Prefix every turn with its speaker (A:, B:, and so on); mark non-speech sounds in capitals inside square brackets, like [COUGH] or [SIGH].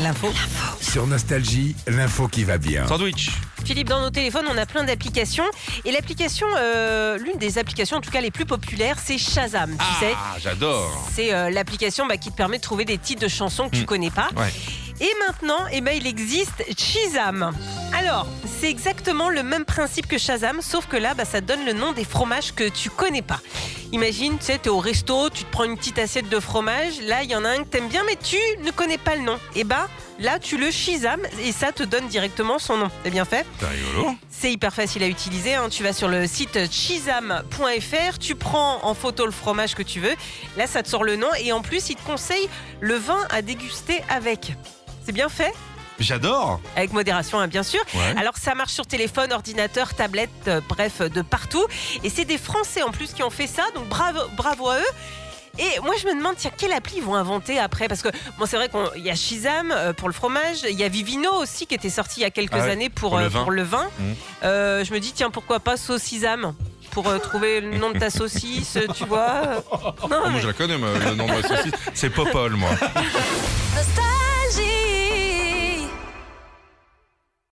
A: L'info.
B: Sur Nostalgie, l'info qui va bien.
C: Sandwich.
A: Philippe, dans nos téléphones, on a plein d'applications. Et l'application, euh, l'une des applications en tout cas les plus populaires, c'est Shazam. Tu sais,
C: Ah, j'adore.
A: c'est euh, l'application bah, qui te permet de trouver des titres de chansons que tu
C: Mm.
A: connais pas.
C: Ouais.
A: Et maintenant, eh ben, il existe Shazam. Alors, c'est exactement le même principe que Shazam, sauf que là, bah, ça donne le nom des fromages que tu connais pas. Imagine, tu sais, t'es au resto, tu te prends une petite assiette de fromage. Là, il y en a un que t'aimes bien, mais tu ne connais pas le nom. Et bah, là, tu le Shazam et ça te donne directement son nom. C'est bien fait.
C: C'est rigolo.
A: C'est hyper facile à utiliser. hein. Tu vas sur le site chisam.fr, tu prends en photo le fromage que tu veux. Là, ça te sort le nom et en plus, il te conseille le vin à déguster avec. C'est bien fait,
C: J'adore.
A: avec modération, hein, bien sûr.
C: Ouais.
A: Alors, ça marche sur téléphone, ordinateur, tablette, euh, bref, de partout. Et c'est des Français en plus qui ont fait ça, donc bravo, bravo à eux. Et moi, je me demande, tiens, quelle appli ils vont inventer après Parce que, bon, c'est vrai qu'il y a Shizam euh, pour le fromage, il y a Vivino aussi qui était sorti il y a quelques
C: Ah ouais,
A: années pour,
C: pour le
A: euh,
C: vin.
A: pour le vin.
C: Mhm.
A: Euh, je me dis, tiens, pourquoi pas Saucisam pour euh, trouver le nom de ta saucisse, tu vois. Non,
C: [LAUGHS] Oh,
A: mais-
C: moi, je la connais, moi, le nom de la saucisse. C'est Popol, moi.
D: Nostalgie.